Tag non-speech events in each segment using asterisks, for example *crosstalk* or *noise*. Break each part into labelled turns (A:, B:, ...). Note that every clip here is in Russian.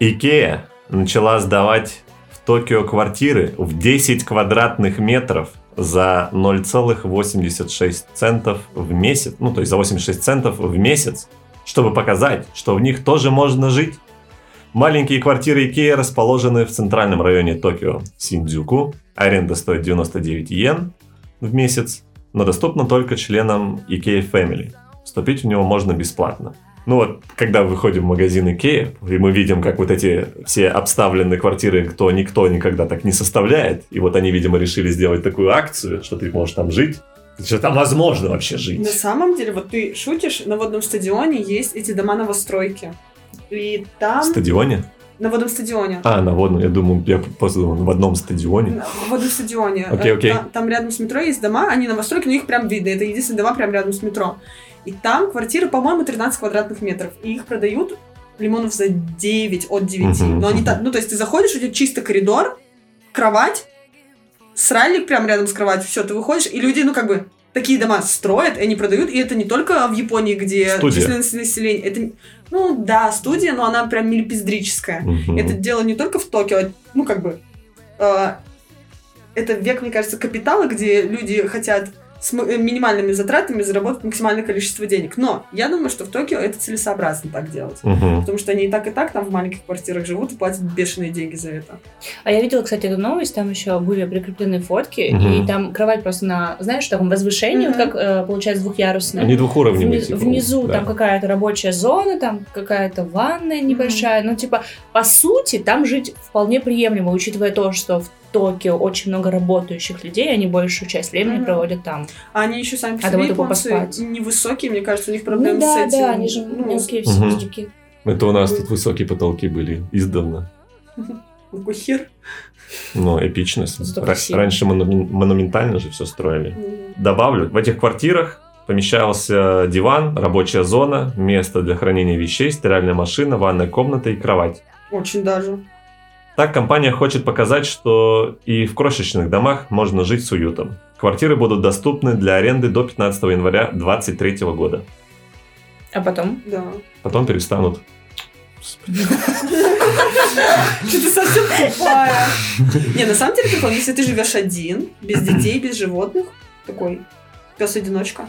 A: Икея начала сдавать в Токио квартиры в 10 квадратных метров за 0,86 центов в месяц, ну то есть за 86 центов в месяц, чтобы показать, что в них тоже можно жить. Маленькие квартиры Икея расположены в центральном районе Токио, Синдзюку. Аренда стоит 99 йен в месяц, но доступна только членам Икея Family. Вступить в него можно бесплатно. Ну вот, когда выходим в магазин Икея, и мы видим, как вот эти все обставленные квартиры, кто никто никогда так не составляет, и вот они, видимо, решили сделать такую акцию, что ты можешь там жить, что там возможно вообще
B: На
A: жить.
B: самом деле, вот ты шутишь, на водном стадионе есть эти дома новостройки. И
A: В
B: там...
A: стадионе?
B: На водном стадионе.
A: А, на водном, я думаю, я просто думал, в одном стадионе.
B: На водном стадионе.
A: Окей, окей.
B: Та- Там, рядом с метро есть дома, они новостройки, но их прям видно. Это единственные дома прям рядом с метро. И там квартиры, по-моему, 13 квадратных метров. И их продают лимонов за 9 от 9.
A: Мгм,
B: но они
A: мгм.
B: та- Ну, то есть ты заходишь, у тебя чисто коридор, кровать, сральник прям рядом с кроватью, все, ты выходишь, и люди, ну, как бы, такие дома строят, и они продают, и это не только в Японии, где
A: Студия.
B: численность населения, это, не- ну, да, студия, но она прям милипиздрическая.
A: Мгм.
B: Это дело не только в Токио, а, ну как бы э, это век, мне кажется, капитала, где люди хотят с м- э, минимальными затратами заработать максимальное количество денег. Но я думаю, что в Токио это целесообразно так делать.
A: Мгм.
B: Потому что они и так и так там в маленьких квартирах живут и платят бешеные деньги за это.
C: А я видела, кстати, эту новость, там еще были прикреплены фотки,
A: Мгм.
C: и там кровать просто на, знаешь, таком возвышении, вот
B: Мгм.
C: как э, получается двухъярусная.
A: Они двухуровневые.
C: Вниз-
A: типа,
C: внизу
A: да.
C: там какая-то рабочая зона, там какая-то ванная небольшая. Ну, типа, по сути, там жить вполне приемлемо, учитывая то, что в Токио очень много работающих людей, они большую часть времени
B: Мгм.
C: проводят там.
B: А они еще сами по
C: А
B: себе
C: дома только
B: японцы
C: поспать.
B: невысокие, мне кажется, у них проблемы
C: ну да,
B: с этим.
C: да, они же
B: ну,
C: мелкие все
A: Мгм.
C: пиздюки.
A: Это у нас тут высокие потолки были издавна.
B: какой хер.
A: Но эпичность.
C: Зато
A: Ра-
C: красиво.
A: раньше мону- монументально же все строили.
B: Ну,
A: Добавлю, в этих квартирах помещался диван, рабочая зона, место для хранения вещей, стиральная машина, ванная комната и кровать.
B: Очень даже.
A: Так компания хочет показать, что и в крошечных домах можно жить с уютом. Квартиры будут доступны для аренды до 15 января 2023 года.
C: А потом?
B: Да.
A: Потом перестанут.
B: Что ты совсем тупая. *laughs* Не, на самом деле прикол, если ты живешь один, без детей, без животных, такой пес-одиночка.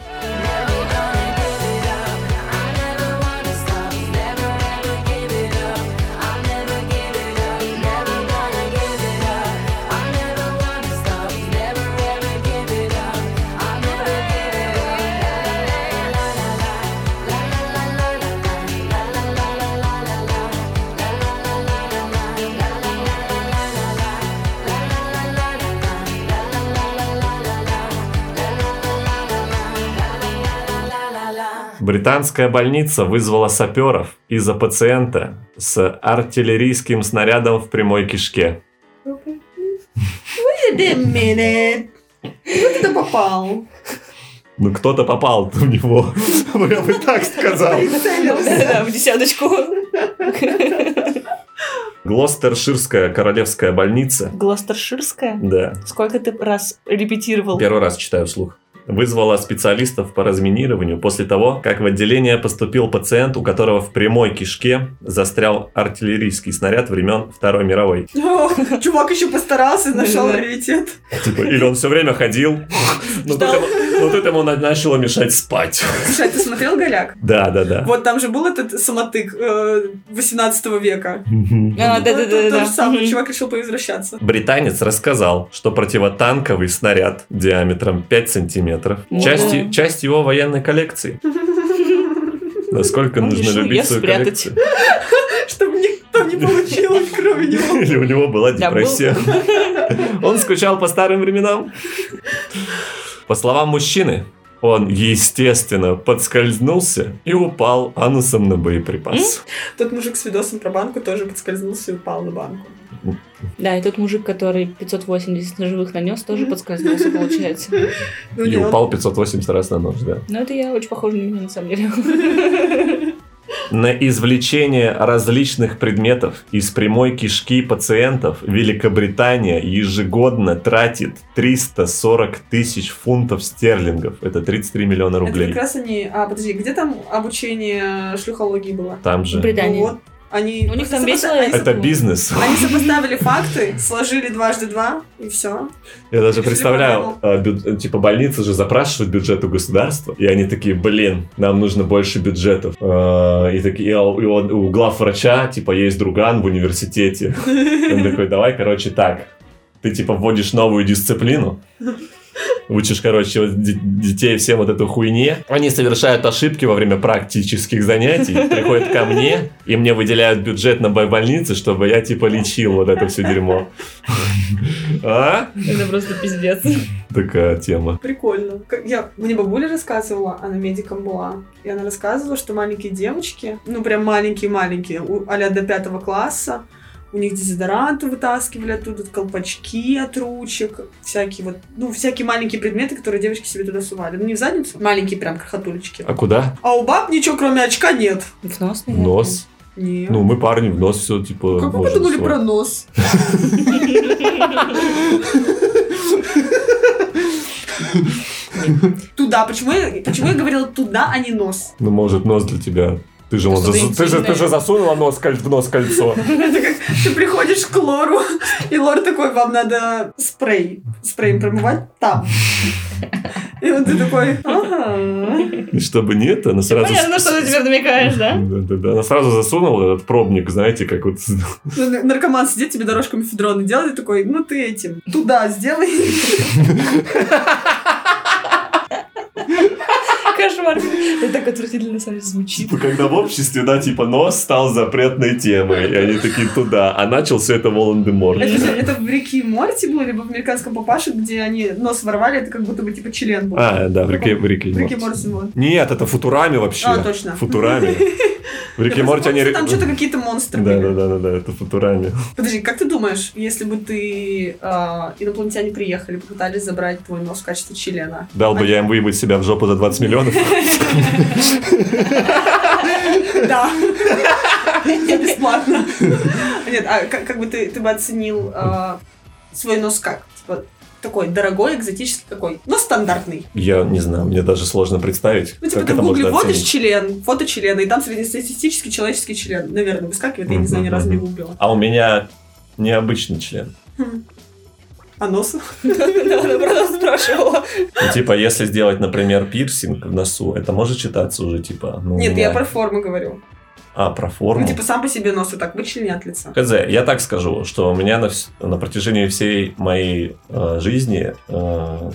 A: Британская больница вызвала саперов из-за пациента с артиллерийским снарядом в прямой кишке.
B: Wait a minute. Куда ты туда попал?
A: Ну, кто-то попал в него. *laughs* Ну, Я бы так сказал.
B: *laughs*
C: Ну,
B: Прицелился.
C: в десяточку.
A: Глостерширская королевская больница.
D: Глостерширская?
A: Да.
D: Сколько ты раз репетировал?
A: Первый раз читаю вслух. Вызвала специалистов по разминированию после того, как в отделение поступил пациент, у которого в прямой кишке застрял артиллерийский снаряд времен Второй мировой.
B: О, Чувак еще постарался, нашел
D: Да.
B: раритет.
A: Типа, или он все время ходил, *laughs* но тут
B: Ждал.
A: ему, но тут ему на- начало мешать спать.
B: Слушай, а ты смотрел «Голяк»?
A: Да, да, да.
B: Вот там же был этот самотык э, 18 века.
C: А, да, да,
B: Вот
C: да,
B: тут
C: да,
B: То
C: да.
B: же самое,
C: Мгм.
B: чувак решил повозвращаться.
A: Британец рассказал, что противотанковый снаряд диаметром 5 сантиметров
D: Ну
C: Ого.
A: часть, е- часть его военной коллекции. Насколько
D: Он
A: нужно
D: решил её
A: любить свою
D: спрятать.
A: коллекцию? *laughs*
B: Чтобы никто не получил, кроме него.
A: Или у него была
C: Да, был.
A: депрессия. *laughs* Он скучал по старым временам. По словам мужчины, он, естественно, подскользнулся и упал анусом на боеприпас.
B: Тот мужик с видосом про банку тоже подскользнулся и упал на банку.
C: Да, и тот мужик, который 580 ножевых нанес, тоже подскользнулся, получается. *laughs*
B: Ну,
A: И
B: не, он-
A: упал 580 раз на нож, да.
C: *laughs* Но это я очень похожа на меня, на самом деле.
A: на извлечение различных предметов из прямой кишки пациентов Великобритания ежегодно тратит 340 тысяч фунтов стерлингов. Это 33 миллиона
B: Это
A: рублей.
B: как раз они... А, подожди, где там обучение шлюхологии было? Ну
A: Там же.
C: В Британии.
B: Вот, они...
C: У них там
B: сопоста-
C: весело и
B: Они,
A: Это
C: забыла.
A: бизнес.
B: они сопоставили факты, сложили дважды два, и все.
A: Я даже
B: Если
A: представляю, а, бю- э, типа больницы же запрашивают бюджет у государства, и они такие, блин, нам нужно больше бюджетов. А, И такие, и у, и он- у главврача, типа, есть друган в университете. Он такой, давай, короче, так, ты, типа, вводишь новую дисциплину, Учишь, короче, вот де- детей всем вот эту хуйне. Они совершают ошибки во время практических занятий, приходят ко мне, и мне выделяют бюджет на бо- больнице, чтобы я, типа, лечил вот это все дерьмо. *laughs* А?
C: Это просто пиздец.
A: Такая тема.
B: Прикольно. Как- Я, мне бабуля рассказывала, она медиком была. И она рассказывала, что маленькие девочки, ну прям маленькие-маленькие, у- а-ля до пятого класса, у них дезодоранты вытаскивали оттуда, колпачки от ручек, всякие вот, ну, всякие маленькие предметы, которые девочки себе туда сували. Ну, не в задницу, маленькие прям крохотулечки.
A: А куда?
B: А у баб ничего, кроме очка, нет.
C: В нос, наверное.
A: Нос.
B: Нет.
A: Ну, мы парни в нос все типа.
B: как вы
A: можем
B: подумали
A: всё.
B: про нос? Туда. Почему я, почему я говорила туда, а не нос?
A: Ну, может, нос для тебя. Ты же, вон
C: что-то
A: засу- ты же, ты
C: интимное.
A: же засунула нос коль- в нос
B: *laughs*
A: кольцо.
B: Это как ты приходишь к лору, и лор такой, вам надо спрей, спреем промывать там. И вот ты такой, ага.
A: И чтобы нет, она сразу...
C: Понятно, ну что ты теперь намекаешь,
B: а?
C: *laughs* да?
A: Да-да-да. Она сразу засунула этот пробник, знаете, как вот... *laughs*
B: Ну, н- Наркоман сидит, тебе дорожками федрона делает, и такой, ну ты этим, туда сделай.
C: А Кошмар. Это так отвратительно на самом деле звучит.
A: Типа, когда в обществе, да, типа, нос стал запретной темой, и они такие туда, а начал все это Волан-де-Морт.
B: Это, же- это в реке Морти было, либо в американском папаше, где они нос ворвали, это как будто бы типа член был.
A: А, да, в реке, в реке
B: в реке
A: Морти.
B: Морти было.
A: Нет, это Футурами вообще.
B: А, точно. *laughs*
A: Футурами. В реке
B: Я
A: Морти
B: просто
A: они...
B: помню, что
A: *laughs*
B: Там что-то какие-то монстры были.
A: Да-да-да, это Футурами.
B: Подожди, как ты думаешь, если бы ты э, инопланетяне приехали, попытались забрать твой нос в качестве члена?
A: Дал бы
B: Они-
A: я им выебать себя в жопу за 20 миллионов.
B: Да. *laughs* Это бесплатно. Нет, а как, как бы ты, ты бы оценил э, свой нос как? Типа, такой дорогой, экзотический какой? Но стандартный.
A: Я не знаю, мне даже сложно представить,
B: Ну, типа,
A: как
B: ты в
A: это
B: гугле
A: можно
B: вводишь
A: оценить.
B: член, фото члена, и там среднестатистический человеческий член. Наверное, выскакивает, я не знаю, ни разу не
A: Мгм.
B: гуглила.
A: А у меня необычный член.
B: Хм. А нос? *laughs*
C: Да, она просто спрашивала.
A: Ну, типа, если сделать, например, пирсинг в носу, это может считаться уже, типа, ну, у
B: Нет,
A: меня-
B: я про форму говорю.
A: А, про форму.
B: Ну, типа, сам по себе нос и так вычленят от лица.
A: КЗ, я так скажу, что у меня на, вс- на протяжении всей моей э, жизни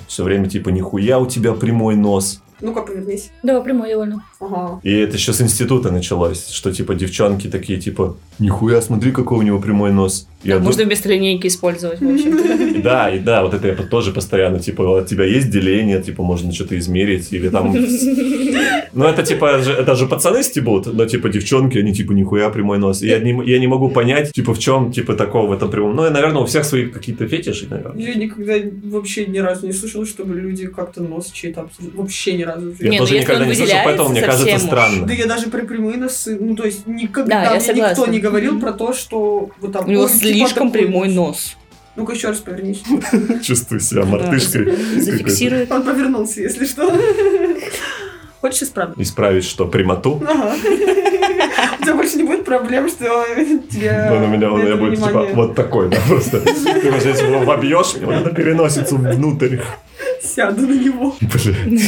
A: все время типа нихуя у тебя прямой нос.
B: Ну-ка, повернись.
C: Да, прямой довольно.
B: Ага.
A: И это еще с института началось, что типа девчонки такие типа нихуя, смотри, какой у него прямой нос. Я ду-
C: Можно вместо линейки использовать, в общем.
A: Да, и да, вот это я тоже постоянно, типа, у тебя есть деление, типа, можно что-то измерить, или
C: *laughs*
A: там... Ну, это, типа, же- это же пацаны стебут, но, типа, девчонки, они, типа, нихуя прямой нос. И Я не, м- я не могу понять, типа, в чем, типа, такого в этом прямом... Ну, и, наверное, у всех свои какие-то фетиши, наверное.
B: Я никогда вообще ни разу не слышала, чтобы люди как-то нос чей-то обсуждали. Вообще ни разу в жизни.
A: Я
C: Не, ну,
A: тоже
C: если
A: никогда
C: он
A: не слышал, поэтому мне
C: выделяется
A: кажется
C: совсем уж.
A: странно.
B: Да я даже про прямые носы, ну то есть никогда
C: Да, я
B: мне
C: согласна.
B: никто не говорил
C: Мгм.
B: про то, что вот там...
C: У него
B: «Ой, типа
C: слишком
B: такой
C: прямой нос.
B: Ну-ка еще раз повернись.
A: *laughs* Чувствую себя мартышкой.
C: Зафиксирует.
B: Он повернулся, если что. *laughs* Хочешь исправить?
A: Исправить что, прямоту?
B: Ага. *laughs* У тебя больше не будет проблем, что тебе...
A: Ну, на меня он
B: на
A: я
B: это
A: будет, типа,
B: внимание
A: вот такой, да, просто. Ты вот здесь его вобьешь,
C: *laughs*
A: и вот это переносится внутрь.
B: Сяду на него.
A: Блин.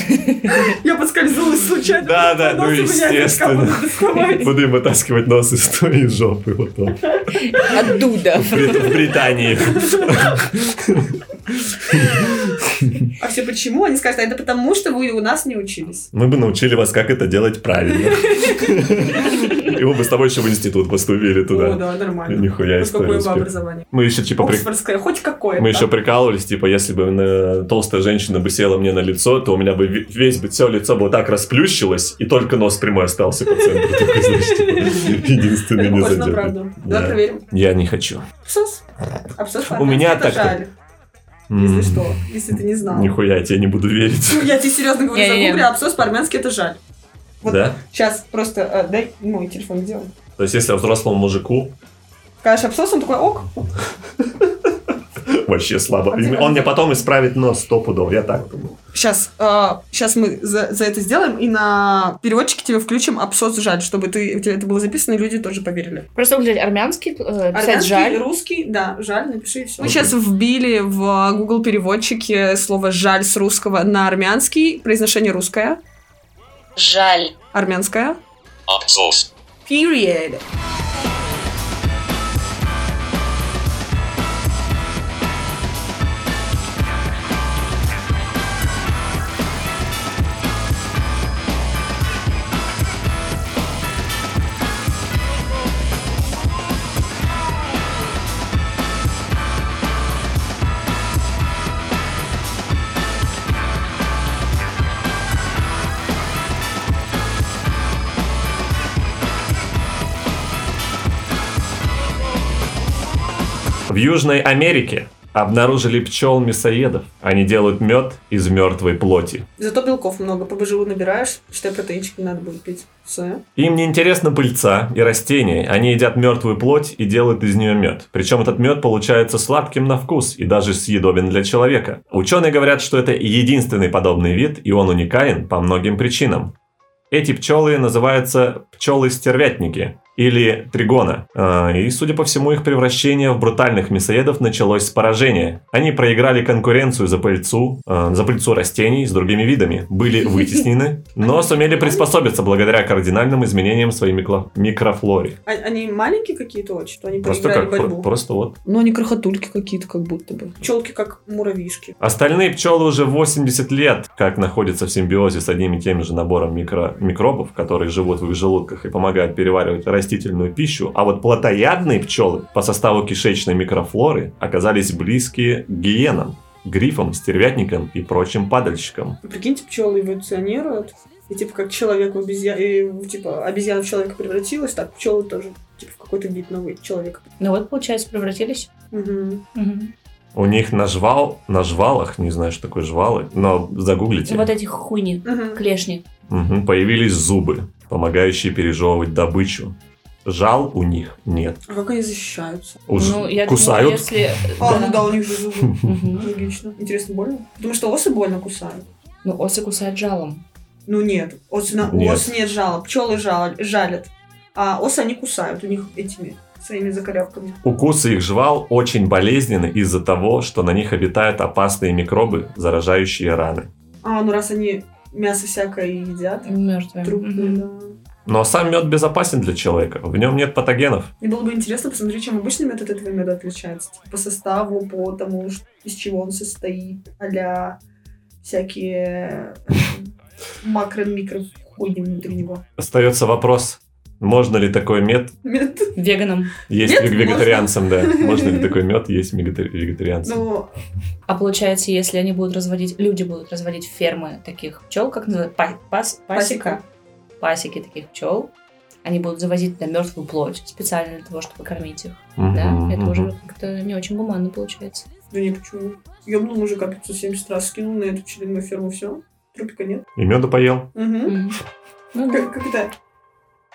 B: Я подскользнулась случайно.
A: Да, да,
B: Нос
A: ну,
B: у меня слегка
A: естественно.
B: будут
A: *laughs*
B: доставать.
A: Буду им вытаскивать нос из твоей жопы потом. *laughs*
C: Оттуда.
A: В Бри- в Британии.
B: А все почему? Они скажут, а это потому, что вы у нас не учились.
A: Мы бы научили вас, как это делать правильно. И мы бы с тобой еще в институт поступили
B: О,
A: туда.
B: да, нормально.
A: Ну Нихуя
B: Хоть
A: история
B: какое бы
A: успеха.
B: образование.
A: Мы еще типа при-
B: Оксфордское, хоть какое
A: мы еще прикалывались, типа, если бы э, толстая женщина бы села мне на лицо, то у меня бы ве- весь бы все лицо бы вот так расплющилось, и только нос прямой остался по центру. Такой, знаешь, типа, единственный не
B: похоже на
A: задетый.
B: правду. Давай
A: Да.
B: проверим.
A: Я не хочу.
B: Абсос. Абсос
A: У меня
B: это
A: так-то-
B: жаль, если что, если ты не знал.
A: Нихуя, я тебе не буду верить.
B: Ну, я тебе серьезно говорю,
C: Не-не-не.
B: загугли, абсос по-армянски это жаль. Вот
A: Да?
B: сейчас просто э, дай мой телефон делай.
A: То есть, если взрослому мужику
B: Скажешь абсос, он такой, ок,
A: вообще слабо.
B: А где
A: Он мне потом исправит нос стопудов, я так думаю.
B: сейчас, сейчас э, мы за, за это сделаем, и на переводчике тебе включим абсос жаль, чтобы ты, у тебя это было записано, и люди тоже поверили.
C: Просто выглядит армянский, э, писать
B: Армянский,
C: жаль.
B: русский, да, жаль, напиши и все. Мы
A: Окей.
B: сейчас вбили в э, Google переводчике слово жаль с русского на армянский, произношение русское,
E: Жаль.
B: армянское.
F: Абзоц.
B: Period.
A: В Южной Америке обнаружили пчел-мясоедов. Они делают мед из мертвой плоти.
B: Зато белков много, по БЖУ набираешь, считай, протеинчики надо будет пить. Все.
A: Им не интересна пыльца и растения. Они едят мертвую плоть и делают из нее мед. Причем этот мед получается сладким на вкус и даже съедобен для человека. Ученые говорят, что это единственный подобный вид, и он уникален по многим причинам. Эти пчелы называются пчелы-стервятники или тригона. А, И, судя по всему, их превращение в брутальных мясоедов началось с поражения. Они проиграли конкуренцию за пыльцу, а, за пыльцу растений с другими видами, были
B: *laughs*
A: вытеснены, но сумели приспособиться благодаря кардинальным изменениям своей микло- микрофлоры.
B: А- Они маленькие какие-то очень, что они
A: Просто
B: проиграли
A: как про-
B: борьбу.
A: просто вот
D: Но Ну, они крохотульки какие-то как будто бы.
B: Пчелки как муравьишки.
A: Остальные пчелы уже 80 лет как находятся в симбиозе с одним и тем же набором микро- микробов, которые живут в их желудках и помогают переваривать растительную пищу, а вот плотоядные пчелы по составу кишечной микрофлоры оказались близкие к гиенам, грифам, стервятникам и прочим падальщикам.
B: Прикиньте, пчелы эволюционируют. И типа как человек в обезьяну, типа обезьяна в человека превратилась, так пчелы тоже типа в какой-то вид новый человек.
C: Ну вот, получается, превратились.
B: Мгм.
C: Мгм.
A: У них на, жвал, на жвалах, не знаю, что такое жвалы, но загуглите,
C: Вот этих хуйни,
B: Мгм.
C: клешни.
A: Мгм, появились зубы, помогающие пережевывать добычу. Жал у них нет.
B: А как они защищаются?
A: Уж
C: ну, я
A: кусают.
C: думаю, если...
B: А,
C: да.
B: ну да, у них же зубы.
C: Мгм.
B: Логично. Интересно, больно? Потому что осы больно кусают.
C: Ну, осы кусают жалом.
B: Ну нет, осы на
A: Нет.
B: ос нет жала, пчелы жал- жалят. А осы они кусают, у них этими своими закорявками.
A: Укусы их жвал очень болезненны из-за того, что на них обитают опасные микробы, заражающие раны.
B: А, ну раз они мясо всякое едят,
C: Мертвые.
B: трупы,
C: Мгм.
B: да.
A: Но сам мед безопасен для человека, в нем нет патогенов.
B: Мне было бы интересно посмотреть, чем обычный мед от этого меда отличается. Типа, по составу, по тому, ш- из чего он состоит, а всякие эм, макро микро хуйни внутри него.
A: Остается вопрос, можно ли такой мед
B: Мед,
C: Веганом.
A: есть
B: Нет,
A: вег-
B: можно.
A: вегетарианцам,
C: *laughs*
A: да. Можно ли такой мед есть вегетари- вегетарианцам?
B: ну,
C: А получается, если они будут разводить, люди будут разводить фермы таких пчел, как называют, па- пас- пасека, пасеки таких пчел, они будут завозить на мертвую плоть специально для того, чтобы кормить их. Ну, Да,
A: Мгм,
C: это
A: мгм.
C: уже как-то не очень гуманно получается.
B: да не, почему? Ёбнул мужика 570 раз, скинул на эту пчелиную ферму, все. Трупика нет.
A: И меду поел.
B: Мгм.
C: Мгм. Ну да.
B: Как, как это?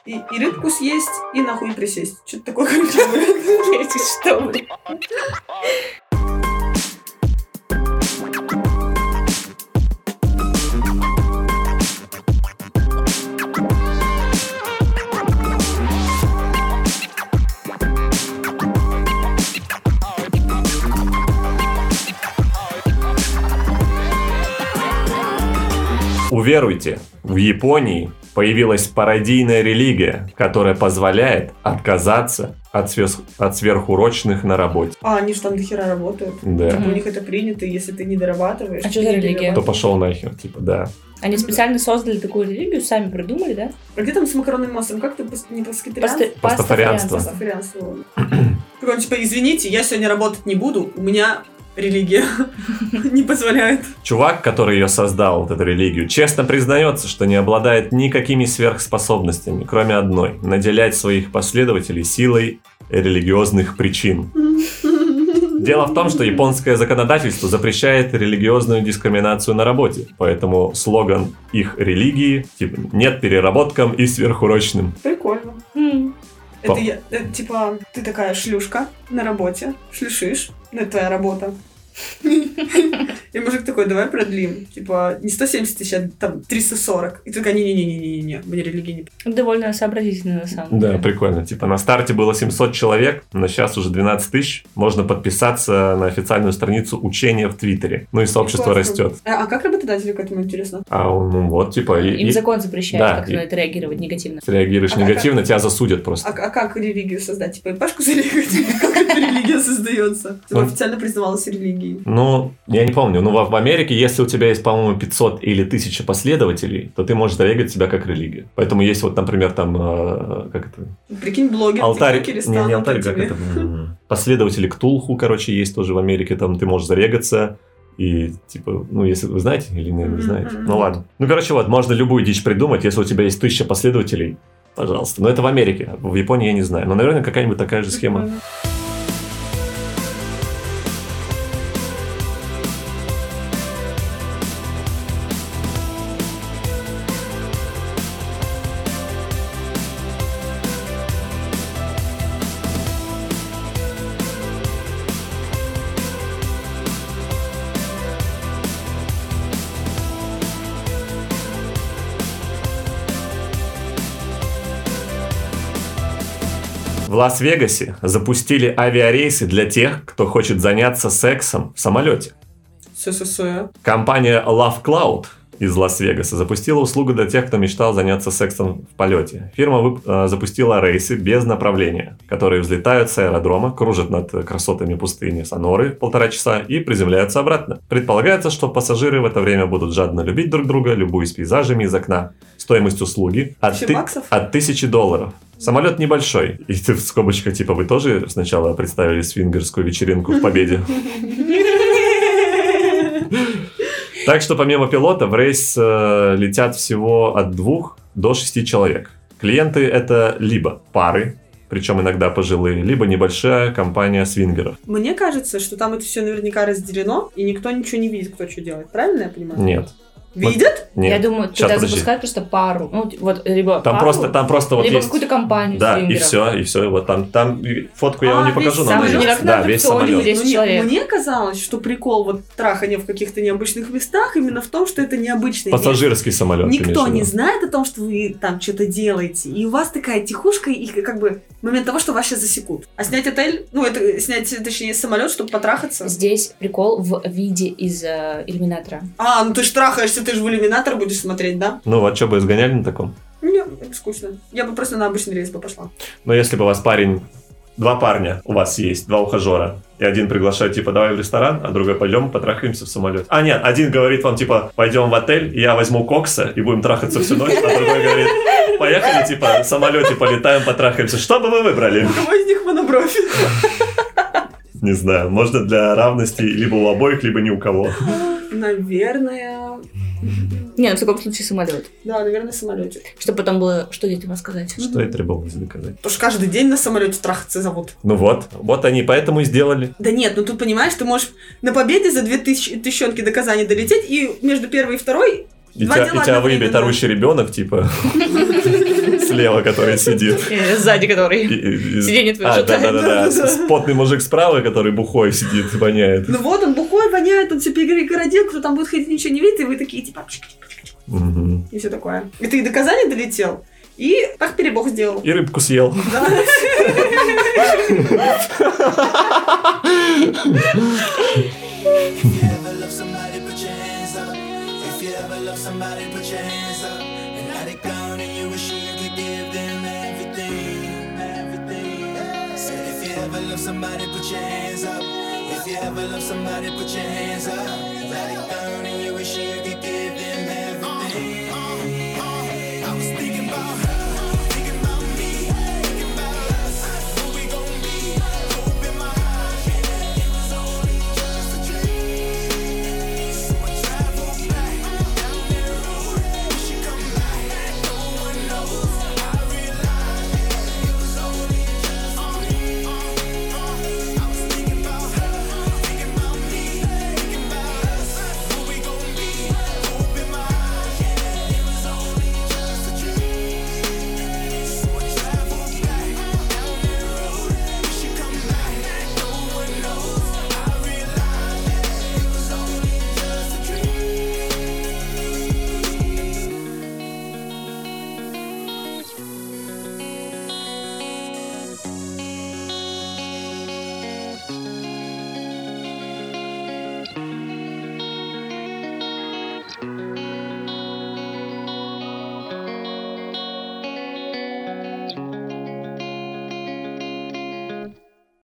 B: И, и рыбку съесть, и нахуй присесть. Что-то такое, короче, было.
C: Эти что, блин?
A: Уверуйте, в Японии появилась пародийная религия, которая позволяет отказаться от, свес- от сверхурочных на работе.
B: А, они же там дохера работают.
A: Да.
B: Типа,
C: Мгм.
B: у них это принято, если ты не дорабатываешь.
C: А
B: ты
C: чё за
B: не
C: религия?
A: Кто
B: дорабатываешь.
A: пошел нахер, типа, да.
C: Они специально создали такую религию, сами придумали, да?
B: А где там с макаронным маслом? Как ты пас- не паскетарианство?
C: Пасты-
A: Пастафарианство.
C: пастафарианство.
B: Паскетарианство. *clears throat* Такой, он, типа, извините, я сегодня работать не буду, у меня
C: *laughs*
B: религия не позволяет.
A: Чувак, который ее создал, вот эту религию, честно признается, что не обладает никакими сверхспособностями, кроме одной – наделять своих последователей силой религиозных причин. Дело в том, что японское законодательство запрещает религиозную дискриминацию на работе, поэтому слоган их религии типа «нет переработкам и сверхурочным».
B: Прикольно.
C: М.
B: Это, я- это типа, ты такая шлюшка на работе, шлюшишь, ну, это твоя работа. *laughs* И мужик такой, давай продлим. Типа, не 170 тысяч, а там 340. И ты такая, не-не-не-не-не, мне религии не... п-».
C: Довольно сообразительно, на самом
A: Да,
C: деле.
A: прикольно. Типа на старте было 700 человек, но сейчас уже 12 тысяч. Можно подписаться на официальную страницу учения в Твиттере. Ну и сообщество
B: Классно.
A: растет.
B: А, а как работодателю к этому интересно?
A: А он, ну вот, типа, и-
C: Им
A: и
C: закон запрещает
A: Да,
C: как-то
A: и-
C: на это реагировать негативно.
A: реагируешь
B: А как-
A: негативно, тебя засудят просто.
B: А, а как религию создать? Типа, ипашку зарегать? *laughs* Как эта религия создается? Чтобы
A: Ну.
B: официально признавалась религией.
A: Ну, я не помню. Ну, в в Америке, если у тебя есть, по-моему, 500 или 1000 последователей, то ты можешь зарегать себя как религия. Поэтому есть вот, например, там, э, как это,
B: Прикинь, блогер, типа,
A: алтарь,
B: тиктокеры
A: не, не
B: станут
A: алтарь, как
B: этими.
A: это, м, последователи Ктулху, короче, есть тоже в Америке, там ты можешь зарегаться, и, типа, ну, если вы знаете или не, не
B: Мгм,
A: знаете,
B: мгм.
A: ну, ладно. Ну, короче, вот, можно любую дичь придумать, если у тебя есть тысяча последователей, пожалуйста. Но это в Америке, в Японии я не знаю, но, наверное, какая-нибудь такая же схема.
B: Прикольно.
A: В Лас-Вегасе запустили авиарейсы для тех, кто хочет заняться сексом в самолете.
B: Сё-сё-сё.
A: Компания Love Cloud из Лас-Вегаса запустила услугу для тех, кто мечтал заняться сексом в полете. Фирма вып- э, запустила рейсы без направления, которые взлетают с аэродрома, кружат над э, красотами пустыни Соноры полтора часа и приземляются обратно. Предполагается, что пассажиры в это время будут жадно любить друг друга, любуясь пейзажами из окна. Стоимость услуги от,
B: Тысяча
A: ты-
B: баксов?
A: от тысячи долларов. Самолет небольшой. И ты в скобочках, типа, вы тоже сначала представили свингерскую вечеринку в Победе? Так что помимо пилота в рейс э, летят всего от двух до шести человек. Клиенты это либо пары, причем иногда пожилые, либо небольшая компания свингеров.
B: Мне кажется, что там это все наверняка разделено, и никто ничего не видит, кто что делает. Правильно я понимаю?
A: Нет,
B: Видят?
C: Я
A: нет.
C: думаю,
A: Щас,
C: туда
A: подожди.
C: запускают просто пару. Ну, т- вот, либо
A: Там
C: пару,
A: просто, там просто вот
C: либо
A: есть.
C: какую-то компанию
A: Да, и
C: свингеров.
A: все, и все, вот там, там и фотку я
B: А,
A: вам не
B: весь
A: покажу, но
B: самолет?
A: она есть.
B: Как
A: Да,
C: надо
A: весь
C: в туалет.
A: самолет.
C: Здесь
B: Ну, не-
C: человек.
B: Мне казалось, что прикол вот трахания в каких-то необычных местах именно в том, что это необычные
A: Пассажирский самолет. ты имеешь
B: Никто
A: в виду.
B: не знает о том, что вы там что-то делаете. И у вас такая тихушка, и как бы момент того, что вас сейчас засекут. А снять отель, ну, это снять, точнее, самолет, чтобы потрахаться.
C: Здесь прикол в виде из э, иллюминатора.
B: А, ну ты ж трахаешься, ты же в иллюминатор будешь смотреть, да? Ну,
A: Ну, вот что бы изгоняли на таком?
B: Не, это скучно. Я бы просто на обычный рейс бы пошла. *laughs*
A: Но если бы у вас парень, два парня у вас есть, два ухажера, и один приглашает, типа, давай в ресторан, а другой пойдем, потрахаемся в самолет. А нет, один говорит вам, типа, пойдем в отель, и я возьму кокса, и будем трахаться всю ночь, а другой говорит, поехали, типа, в самолете полетаем, потрахаемся. Что бы вы выбрали?
B: У кого из них монобровь? *laughs*
A: Не знаю, можно для равности либо у обоих, либо ни у кого.
B: Наверное...
C: Не, ну, в таком случае самолет.
B: Да, наверное, самолете.
C: Чтобы потом было, что я тебе сказать.
A: Что я требовалось доказать?
B: Потому что каждый день на самолете трахаться зовут.
A: Ну вот, вот они поэтому и сделали.
B: Да нет, ну тут понимаешь, ты можешь на победе за две тысячи, тысячонки до Казани долететь, и между первой и второй...
A: И
B: Два
A: тебя,
B: дела
A: и тебя
B: одновременно.
A: выебет орущий ребенок, типа, *laughs* слева, который сидит.
C: Э, Сзади
A: И-
C: который.
A: и- и-
C: Сиденье твое
A: А, да,
C: шатает.
A: да, да, да. С- Потный мужик справа, который бухой сидит, воняет.
B: Ну вот он бухой, воняет, он все перегородил, кто там будет ходить, ничего не видит, и вы такие типа...
A: Мгм.
B: И все такое. И ты до Казани долетел, и так перебог сделал.
A: И рыбку съел.
B: Да.
F: If you ever love somebody, put your hands up. If you ever love somebody, put your hands up. And now they gone, and you wish you could give them everything, everything. Said if you ever love somebody, put your hands up. If you ever love somebody, put your hands up.